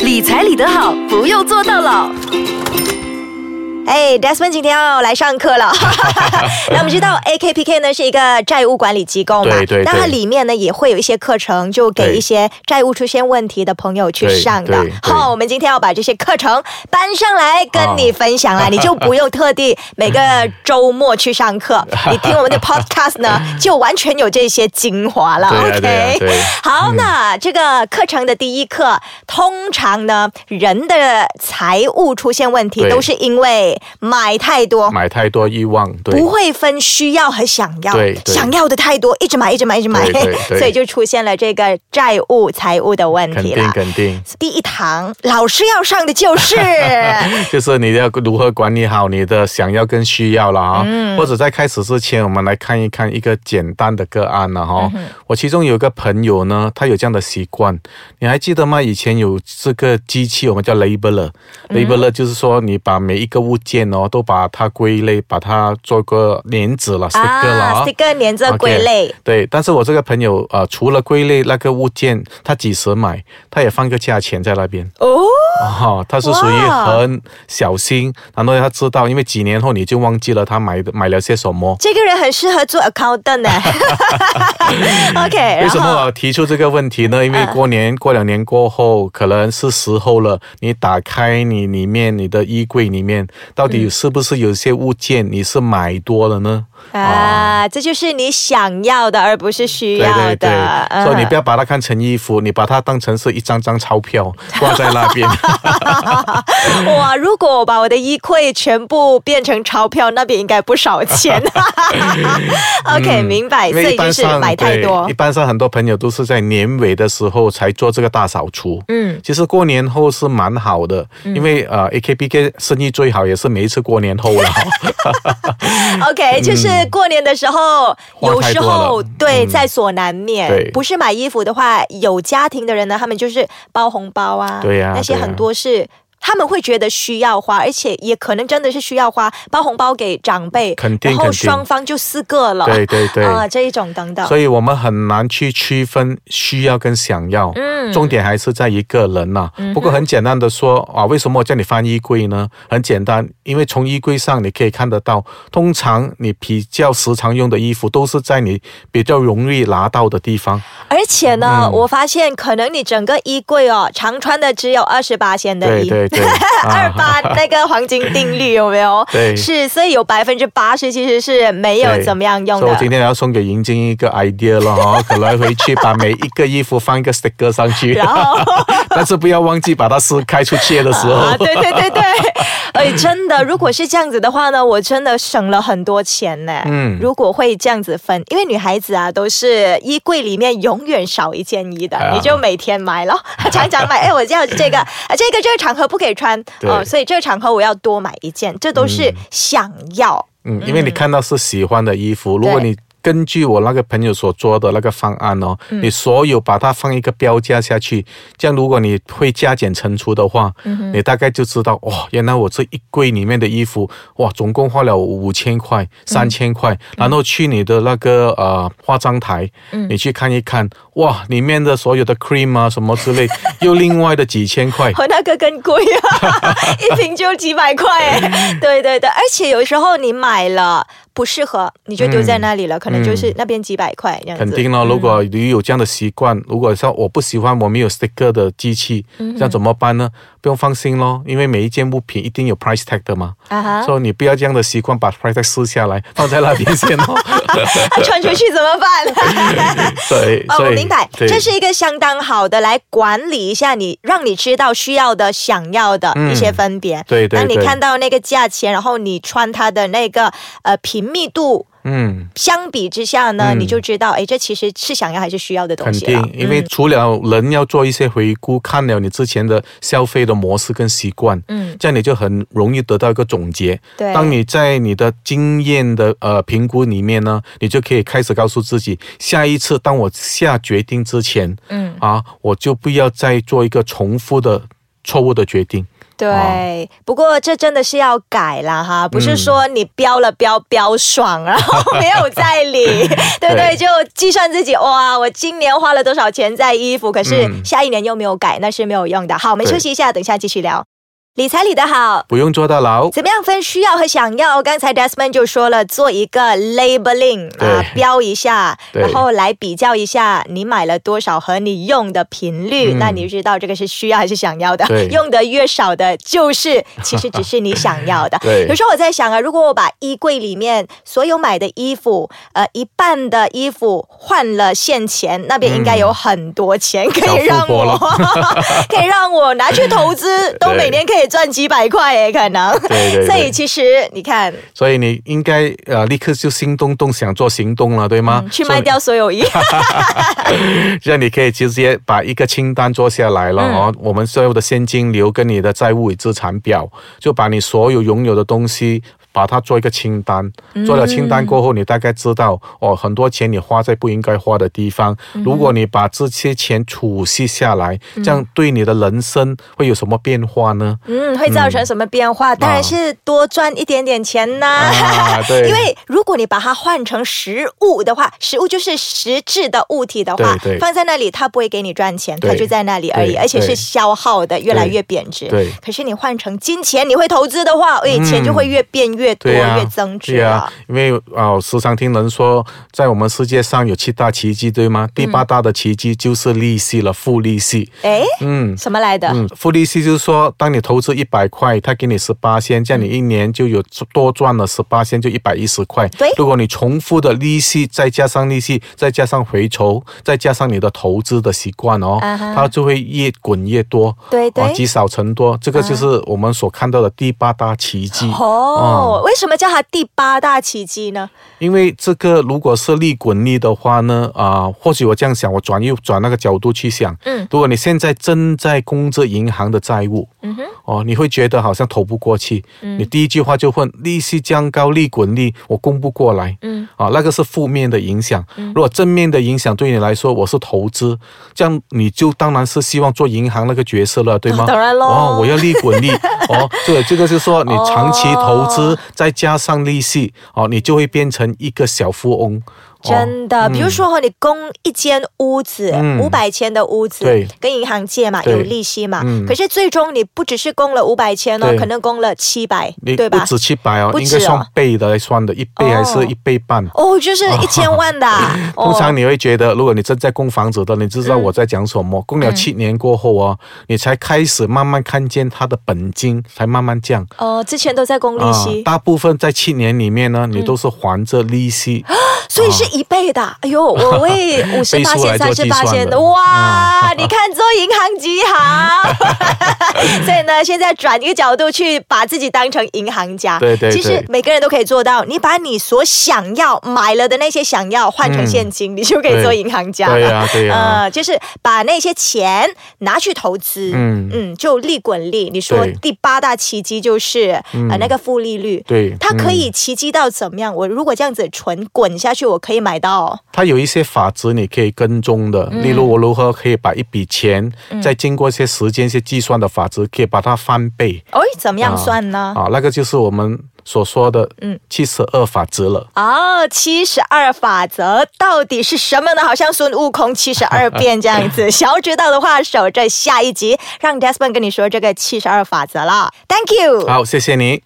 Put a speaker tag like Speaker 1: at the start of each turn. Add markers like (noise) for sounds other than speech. Speaker 1: 理财理得好，不用做到老。
Speaker 2: 哎，Desmond 今天要来上课
Speaker 3: (laughs)
Speaker 2: 了。那我们知道 AKPK 呢是一个债务管理机构嘛，
Speaker 3: 对对对
Speaker 2: 那它里面呢也会有一些课程，就给
Speaker 3: 对
Speaker 2: 一些债务出现问题的朋友去
Speaker 3: 对
Speaker 2: 上的
Speaker 3: 对。对
Speaker 2: 好，我们今天要把这些课程搬上来跟你分享啊
Speaker 3: 啊
Speaker 2: 啦，你就不用特地每个周末去上
Speaker 3: (laughs)
Speaker 2: 课，你听我们的 Podcast 呢就完全有这些精华了。
Speaker 3: 对啊对啊
Speaker 2: OK，
Speaker 3: 对
Speaker 2: 好，那这个课程的第一课，通常呢，人的财务出现问题，
Speaker 3: 对
Speaker 2: 都是因为买太多，
Speaker 3: 买太多欲望，对
Speaker 2: 不会分需要和想要
Speaker 3: 对，对
Speaker 2: 想要的太多，一直买，一直买，一直买
Speaker 3: 对
Speaker 2: (laughs)
Speaker 3: 对，对
Speaker 2: 所以就出现了这个债务、财务的问
Speaker 3: 肯
Speaker 2: 题
Speaker 3: 定
Speaker 2: 了。
Speaker 3: 肯定， (laughs)
Speaker 2: 第一堂老师要上的就是啊
Speaker 3: 就是你要如何管理好你的想要跟需要了哈、
Speaker 2: 嗯
Speaker 3: 或者在开始之前，我们来看一看一个简单的个案了
Speaker 2: 嗯
Speaker 3: 哈、我其中有一个朋友呢，他有这样的习惯，你还记得吗？以前有这个机器，我们叫 labeler，labeler、labeler
Speaker 2: 嗯
Speaker 3: 就是说你把每一个物件哦，都把它归类，把它做个帘子了，sticker 了、
Speaker 2: 啊，这个连着归类。
Speaker 3: OK，对， (laughs) 但是我这个朋友呃，除了归类那个物件，他几时买，他也放个价钱在那边。
Speaker 2: 哦，
Speaker 3: 哦，他是属于很小心，然后他知道，因为几年后你就忘记了他买的买了些什么。
Speaker 2: 这个人很适合做 accountant
Speaker 3: (laughs)
Speaker 2: 呢。OK，
Speaker 3: 为
Speaker 2: 然
Speaker 3: 什么
Speaker 2: 后嗯
Speaker 3: 我提出这个问题呢？因为过年、过两年过后，可能是时候了。你打开你里面你的衣柜里面，到
Speaker 2: 嗯
Speaker 3: 底是不是有些物件你是买多了呢？
Speaker 2: 啊，这就是你想要的，而不是需要的。
Speaker 3: 哦对对对，
Speaker 2: 嗯
Speaker 3: 所以你不要把它看成衣服，你把它当成是一张张钞票挂在那边。
Speaker 2: (laughs) 哇，如果我把我的衣柜全部变成钞票，那边应该不少
Speaker 3: (laughs)
Speaker 2: 钱。OK，、明嗯白。
Speaker 3: 嗯
Speaker 2: 哎
Speaker 3: 因
Speaker 2: 所
Speaker 3: 为
Speaker 2: 以
Speaker 3: 一
Speaker 2: 就
Speaker 3: 般
Speaker 2: 是
Speaker 3: 上
Speaker 2: 买太多
Speaker 3: 对一。般上很多朋友都是在年尾的时候才做这个大扫除。
Speaker 2: 嗯，
Speaker 3: 其实过年后是蛮好的，因为呃 AKPK 生意最好也是每一次过年后
Speaker 2: (laughs)
Speaker 3: 了。
Speaker 2: OK，就是过年的时候，
Speaker 3: 嗯花
Speaker 2: 有时
Speaker 3: 太
Speaker 2: 候
Speaker 3: 多了嗯
Speaker 2: 对在所难免。
Speaker 3: 对
Speaker 2: 不是买衣服的话，有家庭的人呢，他们就是包红包啊，
Speaker 3: 对呀
Speaker 2: 那些
Speaker 3: 对呀
Speaker 2: 很多是。他们会觉得需要花，而且也可能真的是需要花，包红包给长辈，
Speaker 3: 肯定
Speaker 2: 然后
Speaker 3: 肯定
Speaker 2: 双方就四个了，
Speaker 3: 对对对
Speaker 2: 啊、这一种等等。
Speaker 3: 所以我们很难去区分需要跟想要。嗯，重点还是在一个人呐、
Speaker 2: 嗯
Speaker 3: 不过很简单的说啊，为什么我叫你翻衣柜呢？很简单，因为从衣柜上你可以看得到，通常你比较时常用的衣服都是在你比较容易拿到的地方。
Speaker 2: 而且呢，
Speaker 3: 嗯
Speaker 2: 我发现可能你整个衣柜哦，常穿的只有二十八线的
Speaker 3: 对
Speaker 2: 衣。
Speaker 3: 对对，
Speaker 2: (laughs) 二八那个黄金定律有没有？
Speaker 3: 啊 (laughs) 对
Speaker 2: 是，所以有百分之八十其实是没有
Speaker 3: 对
Speaker 2: 怎么样用
Speaker 3: 所以我今
Speaker 2: 的。
Speaker 3: 天要送给银晶一个 idea 了
Speaker 2: (laughs)
Speaker 3: 哈，可能回去把每一个衣服放一个 sticker 上去
Speaker 2: 然，后
Speaker 3: (laughs)
Speaker 2: (laughs)
Speaker 3: 但是不要忘记把它撕开出去的时候。
Speaker 2: 啊，对对对对，哎，真的，如果是这样子的话呢，我真的省了很多钱呢。嗯
Speaker 3: 嗯，
Speaker 2: 如果会这样子分，因为女孩子啊都是衣柜里面永远少一件衣的，
Speaker 3: 啊
Speaker 2: 你就每天买咯，常常
Speaker 3: (laughs)
Speaker 2: 买。哎，我要这个， (laughs) 啊，这个这个场合不可以穿
Speaker 3: 对
Speaker 2: 哦，所以这个场合我要多买一件，这都是想要。
Speaker 3: 嗯，因为你看到是喜欢的衣服，如果
Speaker 2: 对
Speaker 3: 你根据我那个朋友所做的那个方案哦，你所有把它放一个标价下去，这样如果你会加减乘除的话，你大概就知道哇、原来我这一柜里面的衣服哇，总共花了五千块、三千块，然后去你的那个呃化妆台，你去看一看，哇，里面的所有的 cream 啊什么之类，又另外的几千 (laughs) 块，
Speaker 2: 我那个更贵啊，一瓶就几百块
Speaker 3: 嗯
Speaker 2: 哎。对对对，而且有时候你买了不适合，你就丢在那里了，可能就是那边几百块这样子。
Speaker 3: 肯定咯，如果你有这样的习惯，如果说我不喜欢我没有 sticker 的机器，
Speaker 2: 嗯
Speaker 3: 这样怎么办呢？不用放心咯，因为每一件物品一定有 price tag 的嘛，
Speaker 2: 啊哈， (laughs)
Speaker 3: 所以你不要这样的习惯，把 price tag 撕下来放在那边先
Speaker 2: (laughs)
Speaker 3: 咯。
Speaker 2: 穿出去怎么办？
Speaker 3: 对，
Speaker 2: 哦，
Speaker 3: (laughs) 所
Speaker 2: 我
Speaker 3: 以
Speaker 2: 明白，
Speaker 3: 对
Speaker 2: 这是一个相当好的来管理一下你，让你知道需要的、想要的一些分别。
Speaker 3: 对对
Speaker 2: 当你
Speaker 3: 对
Speaker 2: 看到那个价钱，然后你穿它的那个呃频密度。
Speaker 3: 嗯。
Speaker 2: 相比之下呢，你就知道，哎，这其实是想要还是需要的东
Speaker 3: 肯
Speaker 2: 西了。
Speaker 3: 定，因为除了人要做一些回顾，看了你之前的消费的模式跟习惯，
Speaker 2: 嗯，
Speaker 3: 这样你就很容易得到一个总结。
Speaker 2: 对
Speaker 3: 当你在你的经验的呃评估里面呢，你就可以开始告诉自己，下一次当我下决定之前，
Speaker 2: 嗯，
Speaker 3: 啊，我就不要再做一个重复的错误的决定。
Speaker 2: 对，不过这真的是要改啦哈，不是说
Speaker 3: 嗯
Speaker 2: 你标了标标爽，然后没有在
Speaker 3: (laughs)
Speaker 2: 理，对不对？
Speaker 3: 对
Speaker 2: 就计算自己哇，我今年花了多少钱在衣服，可是
Speaker 3: 嗯
Speaker 2: 下一年又没有改，那是没有用的。好，我们
Speaker 3: 对
Speaker 2: 休息一下，等一下继续聊理财理得好。
Speaker 3: 不用坐到牢。
Speaker 2: 怎么样分需要和想要？刚才 Desmond 就说了，做一个 labeling 啊
Speaker 3: 对，
Speaker 2: 标一下，
Speaker 3: 对
Speaker 2: 然后来比较一下你买了多少和你用的频率，
Speaker 3: 嗯
Speaker 2: 那你就知道这个是需要还是想要的
Speaker 3: 对。。
Speaker 2: 用的越少的，就是其实只是你想要的
Speaker 3: 对
Speaker 2: 有时候我在想啊，如果我把衣柜里面所有买的衣服，呃，一半的衣服换了现钱，那边应该有很多钱可以
Speaker 3: 小
Speaker 2: 让
Speaker 3: 富婆
Speaker 2: 我
Speaker 3: 了，
Speaker 2: (laughs) 可以让我拿去投资，都
Speaker 3: (laughs) 对
Speaker 2: 每年可以赚几百块诶，可能。
Speaker 3: 对对对
Speaker 2: 所以其实你看，
Speaker 3: 所以你应该呃立刻就心动动想做行动了，对吗？
Speaker 2: 嗯去卖掉所
Speaker 3: (laughs)
Speaker 2: 有衣服，
Speaker 3: 让你可以直接把一个清单做下来了、
Speaker 2: 嗯
Speaker 3: 哦。我们所有的现金流跟你的债务与资产表，就把你所有拥有的东西。把它做一个清单，
Speaker 2: 嗯
Speaker 3: 做了清单过后，你大概知道、哦，很多钱你花在不应该花的地方。
Speaker 2: 嗯
Speaker 3: 如果你把这些钱储蓄下来，这样对你的人生会有什么变化呢？
Speaker 2: 嗯，会造成什么变化？当然是多赚一点点钱呐、(laughs)
Speaker 3: (laughs) 啊对
Speaker 2: 因为如果你把它换成实物的话，实物就是实质的物体的话，
Speaker 3: 对对
Speaker 2: 放在那里它不会给你赚钱，
Speaker 3: 对
Speaker 2: 它就在那里而已，
Speaker 3: 对
Speaker 2: 而且是
Speaker 3: 对
Speaker 2: 消耗的，越来越贬值。
Speaker 3: 对
Speaker 2: 可是你换成金钱，你会投资的话，哎，
Speaker 3: 嗯
Speaker 2: 钱就会越变越多，
Speaker 3: 对呀、
Speaker 2: 越增值
Speaker 3: 对呀、
Speaker 2: 了。
Speaker 3: 因为啊、呃时常听人说，在我们世界上有七大奇迹，对
Speaker 2: 嗯
Speaker 3: 吗？第八大的奇迹就是利息了，负利息。
Speaker 2: 哎、
Speaker 3: 嗯
Speaker 2: 什么来的？
Speaker 3: 嗯，负利息就是说，当你投资一百块，他给你十八仙，这样你一年就有多赚了十八仙，就一百一十块。
Speaker 2: 对
Speaker 3: 如果你重复的利息，再加上利息，再加上回酬，再加上你的投资的习惯哦，
Speaker 2: 啊哈
Speaker 3: 它就会越滚越多。
Speaker 2: 对对嗯
Speaker 3: 哦，积少成多，这个就是我们所看到的第八大奇迹。嗯
Speaker 2: 哦，为什么叫它第八大奇迹呢？
Speaker 3: 因为这个如果是利滚利的话呢，啊、或许我这样想，我转一转那个角度去想，
Speaker 2: 嗯，
Speaker 3: 如果你现在正在供着银行的债务，
Speaker 2: 嗯哼，
Speaker 3: 哦，你会觉得好像投不过去，嗯，你第一句话就问利息将高，利滚利，我供不过来，
Speaker 2: 嗯，
Speaker 3: 啊，那个是负面的影响。如果正面的影响对你来说，我是投资，这样你就当然是希望做银行那个角色了，对吗？
Speaker 2: (laughs) 当然咯
Speaker 3: 哦，我要利滚利，哦，对，这个就是说你长期投资，
Speaker 2: 哦
Speaker 3: (laughs) 再加上利息，哦，你就会变成一个小富翁。哦
Speaker 2: 真的，比如说哈、你供一间屋子，
Speaker 3: 嗯
Speaker 2: 五百千的屋子
Speaker 3: 对，
Speaker 2: 跟银行借嘛，
Speaker 3: 对
Speaker 2: 有利息嘛。
Speaker 3: 嗯
Speaker 2: 可是最终你不只是供了五百千哦，
Speaker 3: 对
Speaker 2: 可能供了七百，
Speaker 3: 你
Speaker 2: 对
Speaker 3: 不
Speaker 2: 吧？
Speaker 3: 止七百哦
Speaker 2: 不，
Speaker 3: 应
Speaker 2: 止
Speaker 3: 该
Speaker 2: 哦
Speaker 3: 算倍的来算的，一倍还是一倍半？
Speaker 2: 哦，就是一千万的啊、哦
Speaker 3: (laughs) 通常你会觉得，如果你正在供房子的，你知道我在讲什么。
Speaker 2: 嗯
Speaker 3: 供了七年过后哦，你才开始慢慢看见它的本金才慢慢降。
Speaker 2: 哦，之前都在供利息，
Speaker 3: 啊
Speaker 2: 嗯
Speaker 3: 大部分在七年里面呢，你都是还着利息。
Speaker 2: 所以是一倍的。哎
Speaker 3: (laughs)
Speaker 2: 呦，我为五十八
Speaker 3: 倍数
Speaker 2: 千、
Speaker 3: 啊来做
Speaker 2: 三十
Speaker 3: 计
Speaker 2: 八
Speaker 3: 算
Speaker 2: 千
Speaker 3: 的嗯
Speaker 2: 的，哇！
Speaker 3: (laughs)
Speaker 2: 你看做银行极好。 (laughs) 所以呢，现在转一个角度去把自己当成银行家。
Speaker 3: 对对对
Speaker 2: 其实每个人都可以做到，你把你所想要买了的那些想要换成现金，你就可以做银行家了。
Speaker 3: 嗯对呀，对啊呀，
Speaker 2: 呃，就是把那些钱拿去投资，嗯
Speaker 3: 嗯
Speaker 2: 就利滚利。你说
Speaker 3: 对嗯
Speaker 2: 第八大奇迹就是、呃那个负利率，
Speaker 3: 对嗯
Speaker 2: 它可以奇迹到怎么样？我如果这样子纯滚下去，我可以买到
Speaker 3: 它有一些法则你可以跟踪的，例如我如何可以把一笔钱，再经过一些时间、一些计算的法则，可以把它翻倍。
Speaker 2: 哦，怎么样算呢？
Speaker 3: 啊，那个就是我们所说的
Speaker 2: 嗯
Speaker 3: 七十二法则了。
Speaker 2: 哦，七十二法则到底是什么呢？好像孙悟空七十二变这样
Speaker 3: (laughs)
Speaker 2: 子。想要知道的话，守着下一集，让 Desmond 跟你说这个七十二法则了。Thank you。
Speaker 3: 好，谢谢你。